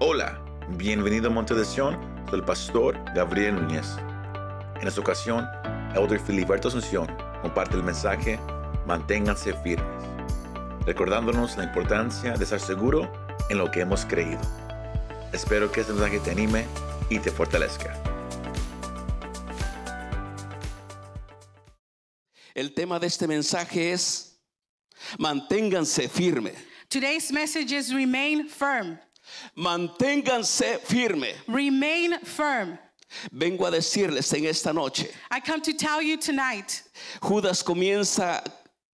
Hola, bienvenido a Monte de Sion, soy el pastor Gabriel Núñez. En esta ocasión, Elder Filiberto Asunción comparte el mensaje Manténganse firmes, recordándonos la importancia de estar seguro en lo que hemos creído. Espero que este mensaje te anime y te fortalezca. El tema de este mensaje es manténganse firme. Today's message is remain firm. Manténganse firme. Remain firm. Vengo a decirles en esta noche. I come to tell you tonight. Judas comienza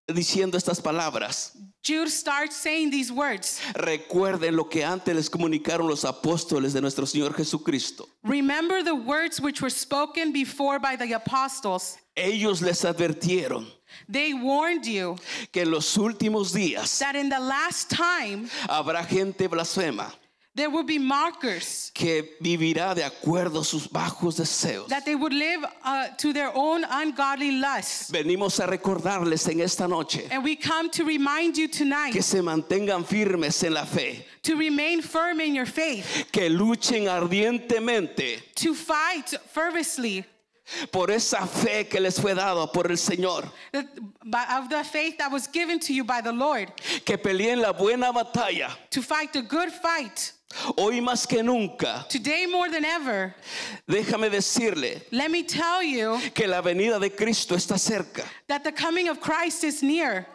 diciendo estas palabras. Jude starts saying these words. Recuerden lo que antes les comunicaron los apóstoles de nuestro Señor Jesucristo. Remember the words which were spoken before by the apostles. Ellos les advirtieron They warned you que en los últimos días that in the last time habrá gente blasfema there would be mockers, que vivirá de acuerdo a sus bajos deseos. that they would live uh, to their own ungodly lusts. Venimos a recordarles en esta noche And we come to remind you que tonight se mantengan firmes en la fe, to remain firm in your faith, que luchen ardientemente to fight fervently por esa fe que les fue dada por el Señor, that, by, of the faith that was given to you by the Lord que peleen la buena batalla. to fight the good fight Hoy más que nunca, today more than ever. déjame decirle Let me tell you que la venida de Cristo está cerca. that the coming of Christ is near.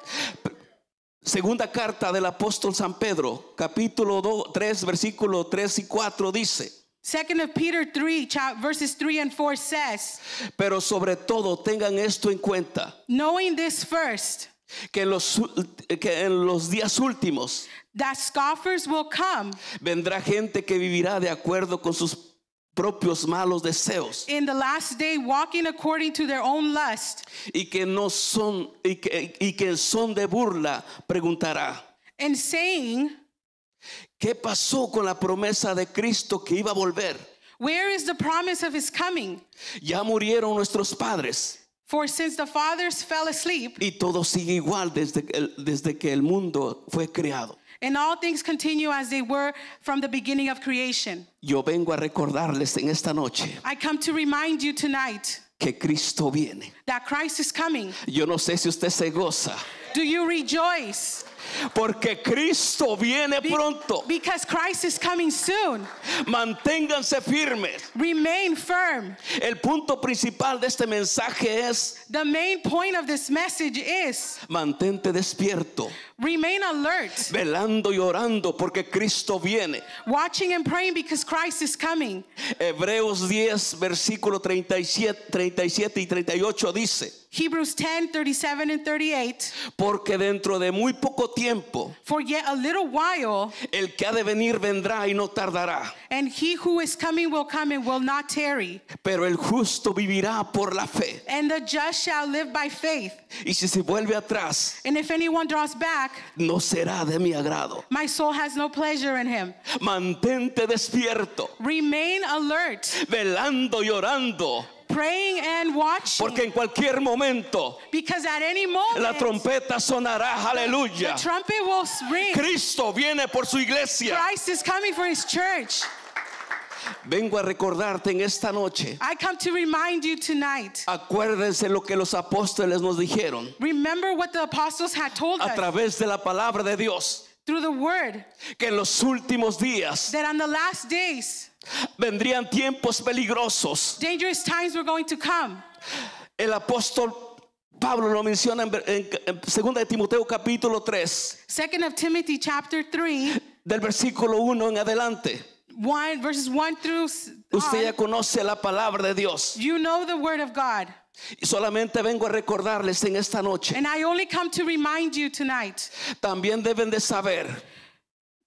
Segunda carta del apóstol San Pedro, capítulo 2, 3, versículo 3 y 4 dice, Second of Peter 3, chap- verses 3 and 4 says, pero sobre todo tengan esto en cuenta, Knowing this first, que en los, ul- que en los días últimos that scoffers will come vendrá gente que vivirá de acuerdo con sus propios malos deseos in the last day, walking according to their own lust, y que no son y que, y que en son de burla preguntará and saying, qué pasó con la promesa de Cristo que iba a volver Where is the promise of his coming? ya murieron nuestros padres For since the fathers fell asleep, y todo sigue igual desde, que el- desde que el mundo fue creado and all things continue as they were from the beginning of creation. yo vengo a recordarles en esta noche I come to remind you tonight que Cristo viene that Christ is coming. yo no sé si usted se goza Do you rejoice? porque Cristo viene Be- pronto Because Christ is coming soon. manténganse firmes Remain firm. El punto principal de este mensaje es The main point of this message is mantente despierto, remain alert, velando y orando porque Cristo viene. watching and praying because Christ is coming. Hebreos 10, versículo 37, 37 y 38 dice, Hebrews 10 37 and 38. porque dentro de muy poco tiempo For yet a little while, el que ha de venir vendrá y no tardará, and he who is coming will come and will not tarry. pero el justo vivirá por la fe. And the just shall live by faith. Y si se vuelve atrás, And if anyone draws back, no será de mi agrado. my soul has no pleasure in him. Mantente despierto, Remain alert. velando y orando, praying and watching porque en cualquier momento because at any moment La trompeta sonará, aleluya. the trumpet will ring. Cristo viene por su iglesia. Christ is coming for his church. Vengo a recordarte en esta noche. I come to remind you tonight. Acuérdense lo que los apóstoles nos dijeron Remember what the apostles had told a us través de la palabra de Dios, through the word que en los últimos días that on the last days vendrían tiempos peligrosos. dangerous times were going to come. El apóstol Pablo lo menciona en, en- en 2 de Timoteo capítulo 3, Second of Timothy chapter 3, del versículo 1 en adelante. 1 verses 1 through s- Usted ya on, conoce la palabra de Dios. you know the word of God. Y solamente vengo a recordarles en esta noche. And I only come to remind you tonight. También deben de saber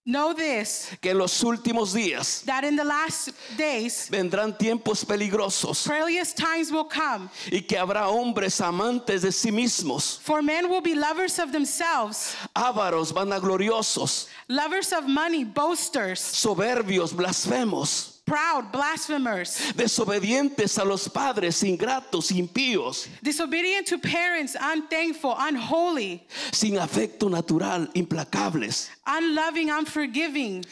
Know this que en los últimos días that in the last days vendrán tiempos peligrosos perilous times will come. y que habrá hombres amantes de sí mismos, For men will be lovers of themselves, ávaros, vanagloriosos, lovers of money, boasters, soberbios, blasfemos, proud, blasphemers, desobedientes a los padres, ingratos, impíos, disobedient to parents, unthankful, unholy, sin afecto natural, implacables, unloving, unforgiving,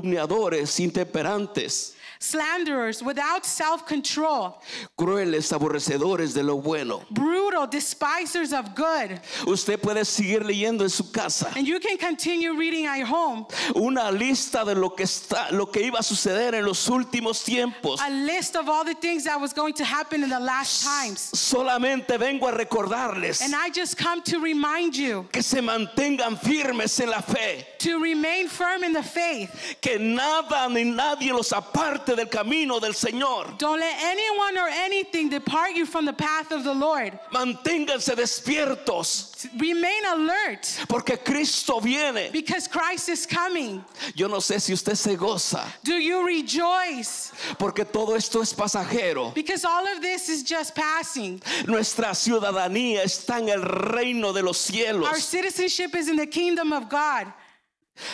calumniadores, intemperantes, slanderers, without self control, crueles, aborrecedores de lo bueno. brutal, despisers of good. Usted puede seguir leyendo en su casa And you can continue reading at home una lista de lo que está lo que iba a suceder en los últimos tiempos. a list of all the things that was going to happen in the last times. Solamente vengo a recordarles And I just come to remind you que se mantengan firmes en la fe, to remain firm in the faith. que nada ni nadie los aparte del camino del Señor. Don't let anyone or anything depart you from the path of the Lord. Manténganse despiertos Remain alert porque Cristo viene. because Christ is coming. Yo no sé si usted se goza Do you rejoice? porque todo esto es pasajero. Because all of this is just passing. Nuestra ciudadanía está en el reino de los cielos. Our citizenship is in the kingdom of God.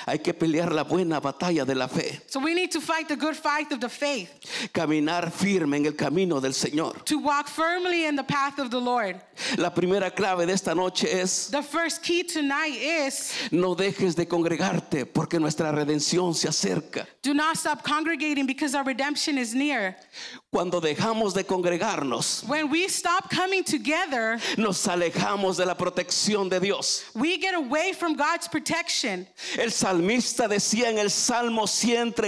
Hay que pelear la buena batalla de la fe, So we need to fight the good fight of the faith, caminar firme en el camino del Señor. to walk firmly in the path of the Lord. La primera clave de esta noche es The first key tonight is no dejes de congregarte porque nuestra redención se acerca. do not stop congregating because our redemption is near. Cuando dejamos de congregarnos, When we stop coming together, nos alejamos de la protección de Dios. we get away from God's protection. El salmista decía en el Salmo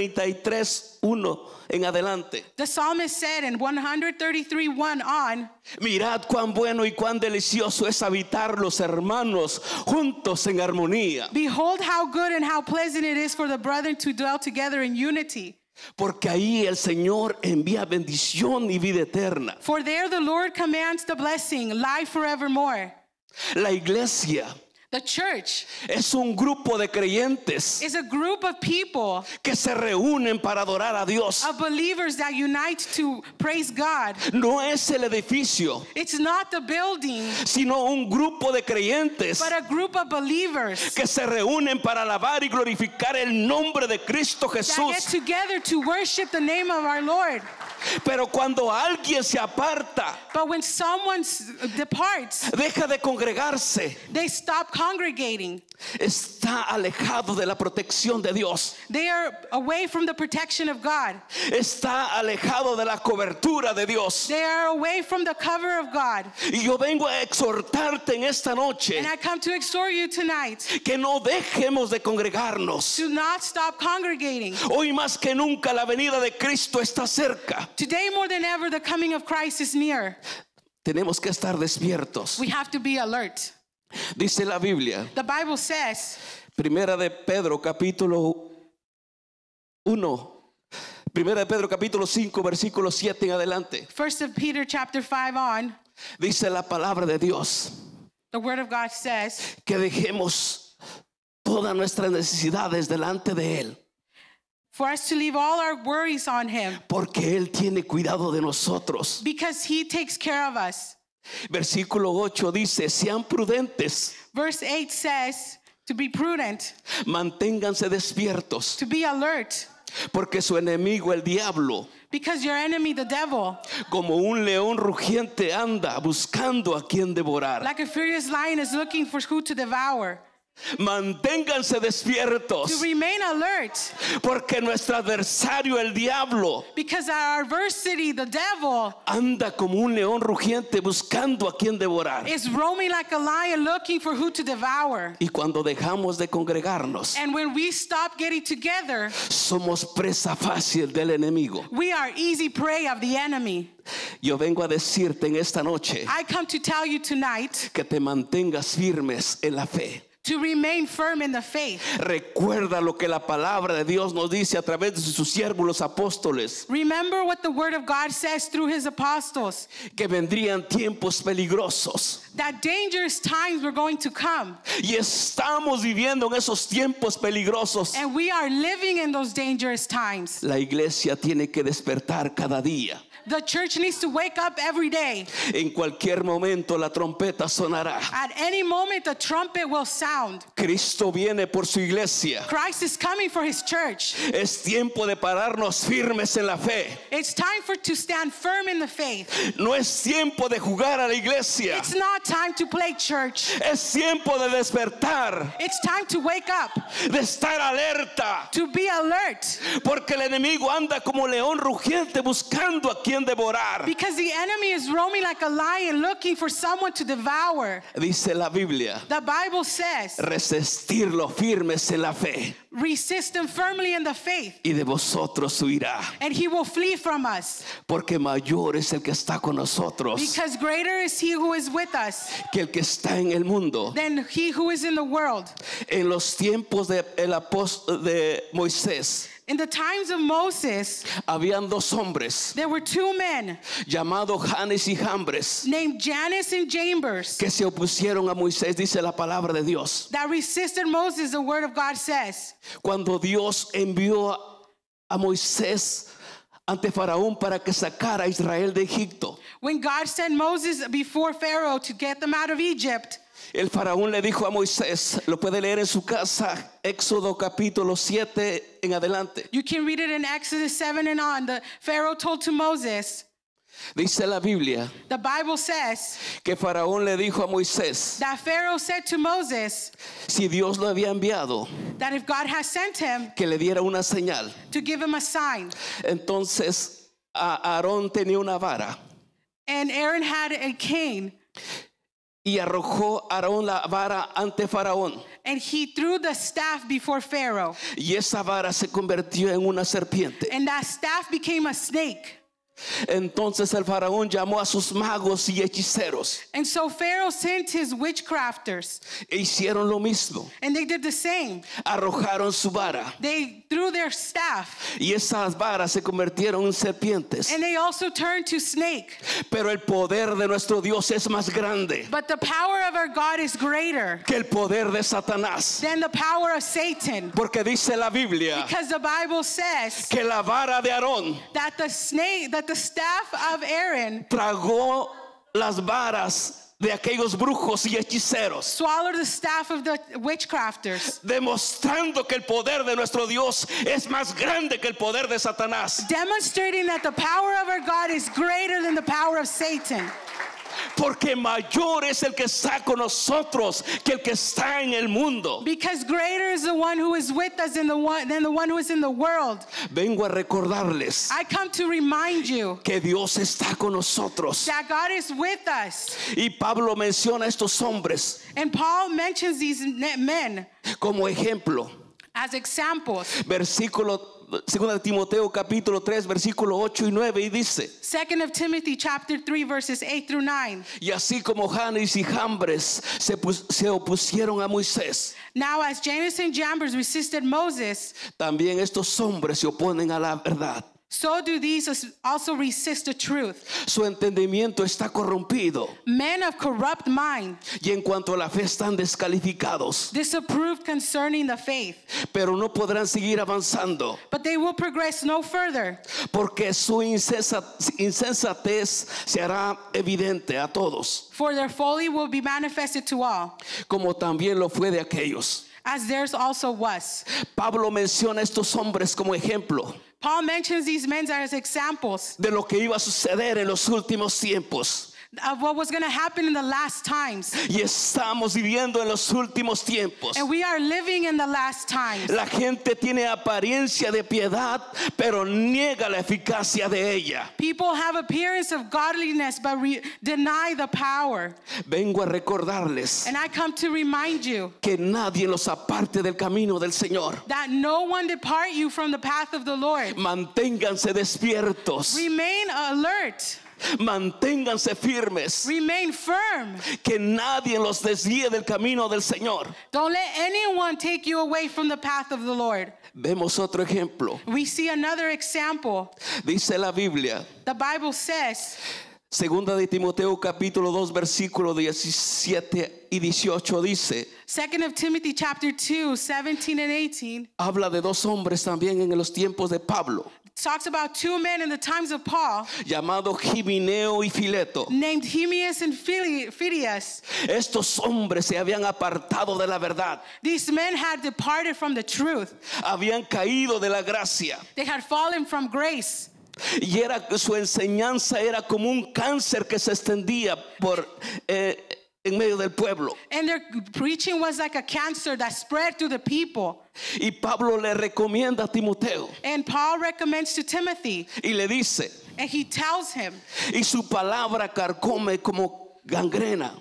133, 1 en adelante, The psalmist said in 133 1 on, mirad cuán bueno y cuán delicioso es habitar los hermanos juntos en armonía, Behold how good and how pleasant it is for the brethren to dwell together in unity. porque ahí el Señor envía bendición y vida eterna. For there the Lord commands the blessing, life forevermore. La iglesia The church es un grupo de creyentes is a group of people, que se reúnen para adorar a Dios. of believers that unite to praise God. No es el edificio, It's not the building, sino un grupo de creyentes but a group of believers que se reúnen para alabar y glorificar el nombre de Cristo that get Jesús. together to worship the name of our Lord. Pero cuando alguien se aparta, But when someone s- departs, deja de congregarse, they stop congregating. está alejado de la protección de Dios, They are away from the protection of God. está alejado de la cobertura de Dios. They are away from the cover of God. Y yo vengo a exhortarte en esta And noche I come to exhort you tonight que no dejemos de congregarnos. to not stop congregating. Hoy más que nunca la venida de Cristo está cerca. Today, more than ever, the coming of Christ is near. Tenemos que estar despiertos. We have to be alert. Dice la Biblia, The Bible says, Primera de Pedro capítulo 1. Primera de Pedro capítulo 5 versículo 7 en adelante. First of Peter chapter 5 on, Dice la palabra de Dios the word of God says, que dejemos todas nuestras necesidades delante de él, for us to leave all our worries on him porque él tiene cuidado de nosotros. because he takes care of us. Versículo 8 dice, "Sean prudentes, Verse 8 says, to be prudent, manténganse despiertos, to be alert, porque su enemigo el diablo because your enemy, the devil, Como un león rugiente anda buscando a quien devorar. like a furious lion, is looking for who to devour. Manténganse To despiertos, remain alert, porque nuestro adversario, el diablo, because our adversity, the devil, anda como un león rugiente buscando a quien devorar. is roaming like a lion looking for who to devour. Y cuando dejamos de congregarnos, And when we stop getting together, somos presa fácil del enemigo. we are easy prey of the enemy. Yo vengo a decirte en esta noche I come to tell you tonight que te mantengas firmes en la fe. to remain firm in the faith. Recuerda lo que la palabra de Dios nos dice a través de sus siervos los apóstoles, Remember what the word of God says through his apostles que vendrían tiempos peligrosos. that dangerous times were going to come. Y estamos viviendo en esos tiempos peligrosos. And we are living in those dangerous times. La iglesia tiene que despertar cada día. The church needs to wake up every day. En cualquier momento la trompeta sonará. At any moment, the trumpet will sound. Cristo viene por su iglesia. Christ is coming for his church. Es tiempo de pararnos firmes en la fe. It's time for to stand firm in the faith. No es tiempo de jugar a la iglesia. It's not time to play church. Es tiempo de despertar, It's time to wake up, de estar alerta, to be alert, porque el enemigo anda como león rugiente buscando a quien devorar. because the enemy is roaming like a lion looking for someone to devour. Dice la Biblia, The Bible says, resistirlo firmes en la fe resist him firmly in the faith, y de vosotros huirá, and he will flee from us, porque mayor es el que está con nosotros because greater is he who is with us que el que está en el mundo. than he who is in the world. En los tiempos de, el apóstol, de Moisés In the times of Moses, habían dos hombres there were two men llamados Janes y Jambres named Janus and Chambers que se opusieron a Moisés, dice la palabra de Dios. that resisted Moses, the word of God says. Cuando Dios envió a, a Moisés ante Faraón para que sacara a Israel de Egipto, When God sent Moses before Pharaoh to get them out of Egypt, el Faraón le dijo a Moisés, lo puede leer en su casa, Éxodo capítulo 7 en adelante. you can read it in Exodus 7 and on. The Pharaoh told to Moses, Dice la Biblia the Bible says que Faraón le dijo a Moisés, that Pharaoh said to Moses si Dios lo había enviado, that if God has sent him, que le diera una señal. to give him a sign. Entonces a- Aarón tenía una vara And Aaron had a cane, y arrojó Aarón la vara ante Faraón and he threw the staff before Pharaoh, y esa vara se convirtió en una serpiente. and that staff became a snake. Entonces el Faraón llamó a sus magos y hechiceros And so Pharaoh sent his witchcrafters, e hicieron lo mismo. and they did the same. Arrojaron su vara They threw their staff, y esas varas se convirtieron en serpientes. and they also turned to snake. Pero el poder de nuestro Dios es más grande But the power of our God is greater que el poder de Satanás. than the power of Satan. Porque dice la Biblia Because the Bible says que la vara de Aarón that the snake, that the staff of Aaron tragó las varas de aquellos brujos y hechiceros, swallowed the staff of the witchcrafters, demostrando que el poder de nuestro Dios es más grande que el poder de Satanás. demonstrating that the power of our God is greater than the power of Satan. Porque mayor es el que está con nosotros que el que está en el mundo. Because greater is the one who is with us in the one, than the one who is in the world. Vengo a recordarles I come to remind you que Dios está con nosotros. that God is with us. Y Pablo menciona a estos hombres And Paul mentions these ne- men como ejemplo. as examples. Versículo 2 de Timoteo capítulo 3 versículo 8 y 9 y dice, Second of Timothy chapter 3 verses 8 through 9. y así como Janes y Jambres se, pus- se opusieron a Moisés, Now, as Janus and Jambres resisted Moses, también estos hombres se oponen a la verdad. so do these also resist the truth. Su entendimiento está corrompido Men of corrupt mind, y en cuanto a la fe están descalificados, disapproved concerning the faith, pero no podrán seguir avanzando but they will progress no further, porque su insensa- insensatez se hará evidente a todos. for their folly will be manifested to all, como también lo fue de aquellos. as theirs also was. Pablo menciona a estos hombres como ejemplo Paul mentions these men as examples de lo que iba a suceder en los últimos tiempos. of what was going to happen in the last times. Y estamos viviendo en los últimos tiempos. And we are living in the last times. La gente tiene apariencia de piedad, pero niega la eficacia de ella. People have appearance of godliness but re- deny the power. Vengo a recordarles And I come to remind you que nadie los aparte del camino del Señor. that no one depart you from the path of the Lord. Manténganse despiertos, Remain alert, manténganse firmes, remain firm. que nadie los desvíe del camino del Señor. Don't let anyone take you away from the path of the Lord. Vemos otro ejemplo. We see another example. Dice la Biblia, The Bible says segunda de Timoteo capítulo 2 versículo 17 y 18 dice, 2 of Timothy chapter 2, 17 and 18. habla de dos hombres también en los tiempos de Pablo, talks about two men in the times of Paul llamados Gimineo y Fileto. named Hemias and Phile- Phidias. Estos hombres se habían apartado de la verdad, These men had departed from the truth. habían caído de la gracia They had fallen from grace. y era su enseñanza era como un cáncer que se extendía por eh, en medio del pueblo. And their preaching was like a cancer that spread through the people. Y Pablo le recomienda a Timoteo And Paul recommends to Timothy, y le dice, and he tells him, y su palabra carcome como gangrena.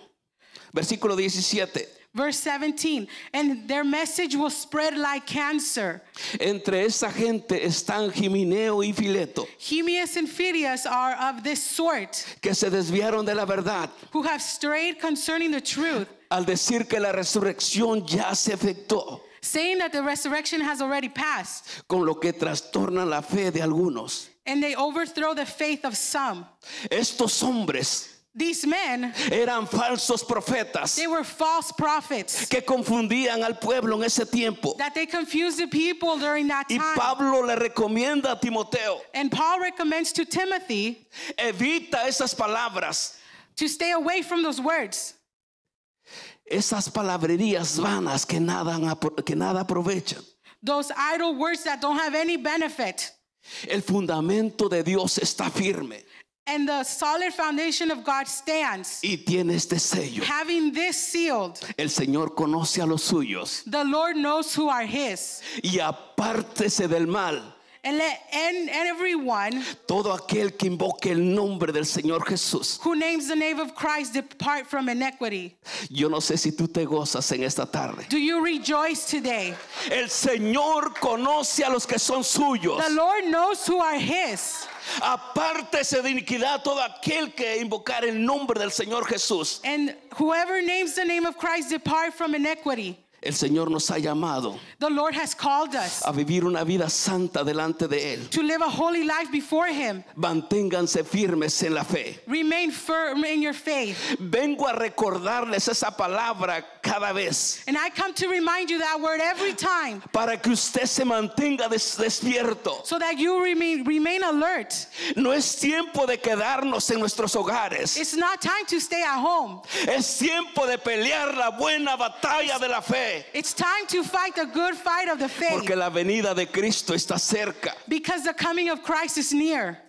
Versículo 17. verse 17, and their message will spread like cancer. Entre esa gente están Gimineo y Fileto, Hemias and Phidias are of this sort, que se desviaron de la verdad who have strayed concerning the truth, al decir que la resurrección ya se efectuó, saying that the resurrection has already passed, con lo que trastorna la fe de algunos. and they overthrow the faith of some. Estos hombres These men, eran falsos profetas they were false prophets, que confundían al pueblo en ese tiempo. that they confused the people during that Y time. Pablo le recomienda a Timoteo, And Paul recommends to Timothy evita esas palabras to stay away from those words, esas palabrerías vanas que nada, han apro- que nada aprovechan. those idle words that don't have any benefit. El fundamento de Dios está firme And the solid foundation of God stands, y tiene este sello. having this sealed. El Señor conoce a los suyos The Lord knows who are His. y apártese del mal And let and and everyone todo aquel que invoque el nombre del Señor Jesús. who names the name of Christ depart from iniquity. Yo no sé si tú te gozas en esta tarde. Do you rejoice today? El Señor conoce a los que son suyos. The Lord knows who are His. Apártese de iniquidad todo aquel que invocar el nombre del Señor Jesús. And whoever names the name of Christ depart from iniquity. El Señor nos ha llamado The Lord has called us a vivir una vida santa delante de Él. to live a holy life before Him. Manténganse firmes en la fe. Remain firm in your faith. Vengo a recordarles esa palabra cada vez And I come to remind you that word every time para que usted se mantenga des- despierto. so that you remain, remain alert. No es tiempo de quedarnos en nuestros hogares. It's not time to stay at home. Es tiempo de pelear la buena batalla de la fe. It's time to fight the good fight of the faith Porque la venida de Cristo está cerca. because the coming of Christ is near.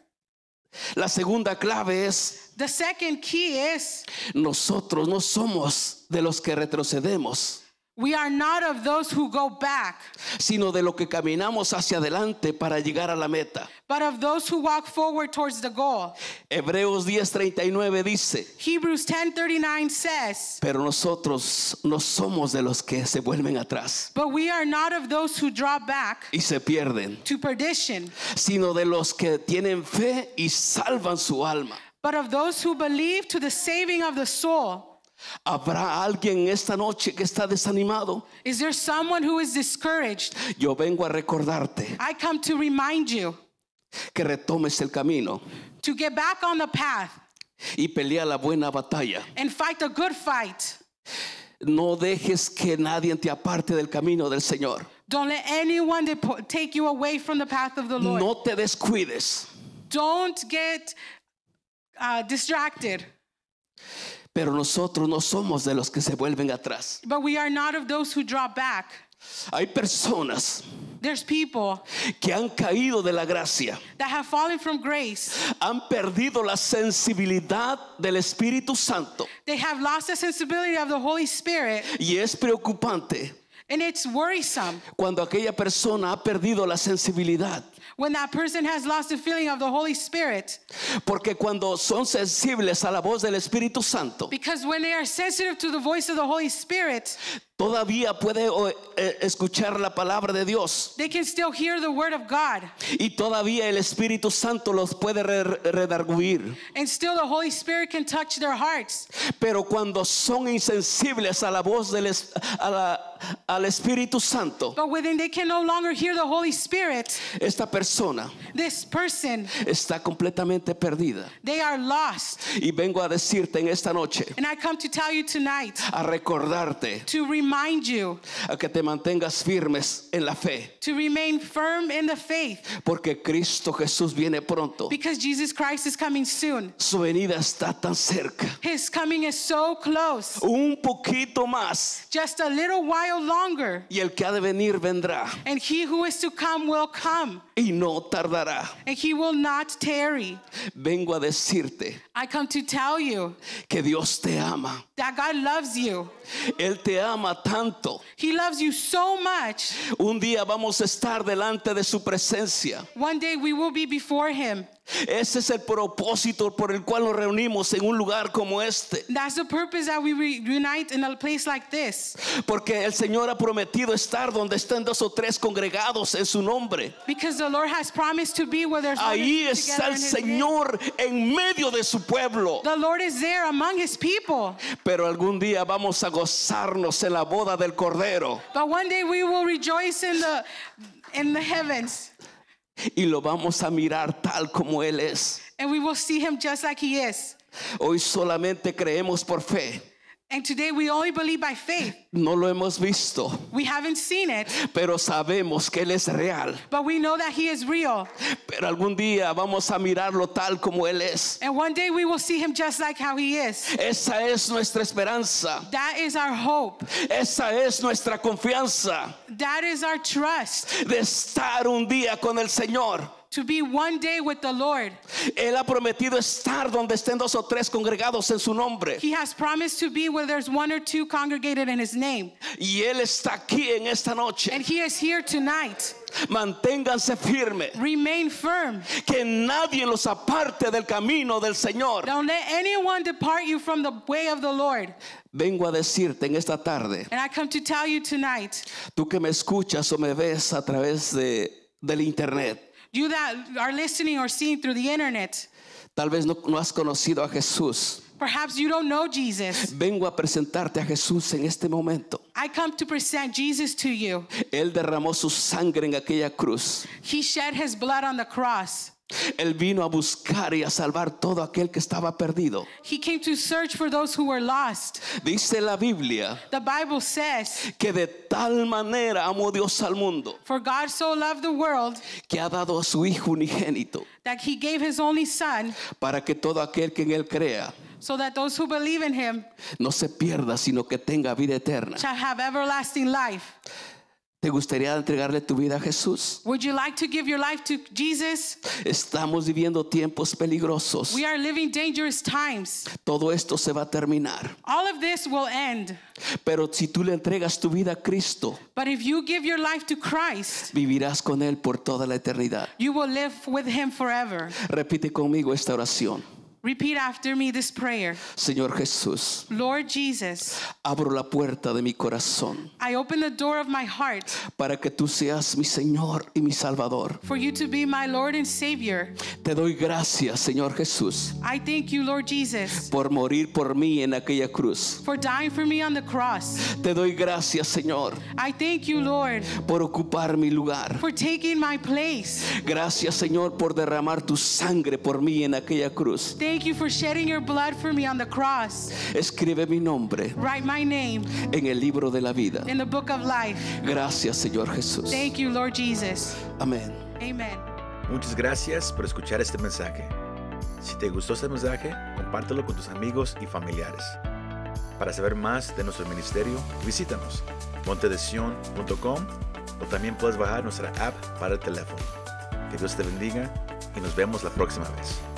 La segunda clave es, The second key is nosotros no somos de los que retrocedemos, we are not of those who go back, sino de los que caminamos hacia adelante para llegar a la meta. but of those who walk forward towards the goal. Hebreos 10:39 dice, Hebrews 10:39 says, pero nosotros no somos de los que se vuelven atrás "But we are not of those who draw back y se pierden, to perdition, sino de los que tienen fe y salvan su alma. but of those who believe to the saving of the soul." ¿Habrá alguien esta noche que está desanimado? Is there someone who is discouraged? Yo vengo a recordarte I come to remind you que retomes el camino to get back on the path y pelea la buena batalla. and fight the good fight. No dejes que nadie te aparte del camino del Señor. Don't let anyone depo- take you away from the path of the Lord. No te descuides, Don't get uh, distracted. pero nosotros no somos de los que se vuelven atrás. But we are not of those who draw back. Hay personas There's people que han caído de la gracia, that have fallen from grace. han perdido la sensibilidad del Espíritu Santo They have lost the sensibility of the Holy Spirit, y es preocupante and it's worrisome cuando aquella persona ha perdido la sensibilidad, when that person has lost the feeling of the Holy Spirit. porque cuando son sensibles a la voz del Espíritu Santo, Because when they are sensitive to the voice of the Holy Spirit, todavía puede o, eh, escuchar la palabra de Dios they can still hear the word of God, y todavía el Espíritu Santo los puede re- redarguir. and still the Holy Spirit can touch their hearts. Pero cuando son insensibles a la voz del es- a la- al Espíritu Santo, But when they can no longer hear the Holy Spirit, esta persona This person, está completamente perdida. they are lost. Y vengo a decirte en esta noche, And I come to tell you tonight a recordarte, to remind you a que te mantengas firmes en la fe, to remain firm in the faith porque Cristo Jesús viene pronto. because Jesus Christ is coming soon. Su venida está tan cerca. His coming is so close. Un poquito más. Just a little while longer. Y el que ha de venir vendrá And he who is to come will come, y no tardará. and he will not tarry. Vengo a decirte I come to tell you que Dios te ama. that God loves you. Él te ama tanto. He loves you so much. Un día vamos a estar delante de su presencia. One day we will be before him. Ese es el propósito por el cual nos reunimos en un lugar como este. That's the purpose that we reunite in a place like this. Porque el Señor ha prometido estar donde estén dos o tres congregados en su nombre. Because the Lord has promised to be where there's one or Ahí two está together el in His name. Señor en medio de su pueblo. The Lord is there among his people. Pero algún día vamos a gozarnos en la boda del Cordero But one day we will rejoice in the in the heavens y lo vamos a mirar tal como Él es. and we will see him just like he is. Hoy solamente creemos por fe. And today we only believe by faith. No lo hemos visto, We haven't seen it, pero sabemos que Él es real. but we know that he is real. Pero algún día vamos a mirarlo tal como Él es. And one day we will see him just like how he is. Esa es nuestra esperanza. That is our hope. Esa es nuestra confianza That is our trust de estar un día con el Señor. to be one day with the Lord. Él ha prometido estar donde estén dos o tres congregados en su nombre. He has promised to be where there's one or two congregated in his name. Y Él está aquí en esta And noche. he is here tonight. Manténganse firmes. Remain firm. Que nadie los aparte del camino del Señor. Don't let anyone depart you from the way of the Lord. Vengo a decirte en esta tarde, And I come to tell you tonight, tú que me escuchas o me ves a través de, del internet, you that are listening or seeing through the internet, tal vez no, no has conocido a Jesús. perhaps you don't know Jesus. Vengo a presentarte a Jesús en este momento. I come to present Jesus to you. Él derramó su sangre en aquella cruz. He shed his blood on the cross. Él vino a buscar y a salvar todo aquel que estaba perdido. He came to search for those who were lost. Dice la Biblia The Bible says, que de tal manera amó Dios al mundo For God so loved the world que ha dado a su Hijo unigénito that he gave his only Son, para que todo aquel que en Él crea so that those who believe in him no se pierda, sino que tenga vida eterna. shall have everlasting life. ¿Te gustaría entregarle tu vida a Jesús? Would you like to give your life to Jesus? Estamos viviendo tiempos peligrosos. We are living dangerous times. Todo esto se va a terminar. All of this will end. Pero si tú le entregas tu vida a Cristo, But if you give your life to Christ, vivirás con Él por toda la eternidad. you will live with him forever. Repite conmigo esta oración. Repeat after me this prayer Señor Jesús, Lord Jesus, abro la puerta de mi corazón I open the door of my heart para que tú seas mi Señor y mi Salvador. for you to be my Lord and Savior. Te doy gracias, Señor Jesús, I thank you, Lord Jesus, por morir por mí en aquella cruz. for dying for me on the cross. Te doy gracias, Señor, I thank you, Lord, por ocupar mi lugar. for taking my place. Gracias Señor por derramar tu sangre por mí en aquella cruz. Thank you for shedding your blood for me on the cross. Escribe mi nombre Write my name en el libro de la vida. in the book of life. Gracias Señor Jesús. Thank you, Lord Jesus. Amén. Amen. Muchas gracias por escuchar este mensaje. Si te gustó este mensaje, compártelo con tus amigos y familiares. Para saber más de nuestro ministerio, visítanos montedesion.com o también puedes bajar nuestra app para el teléfono. Que Dios te bendiga y nos vemos la próxima vez.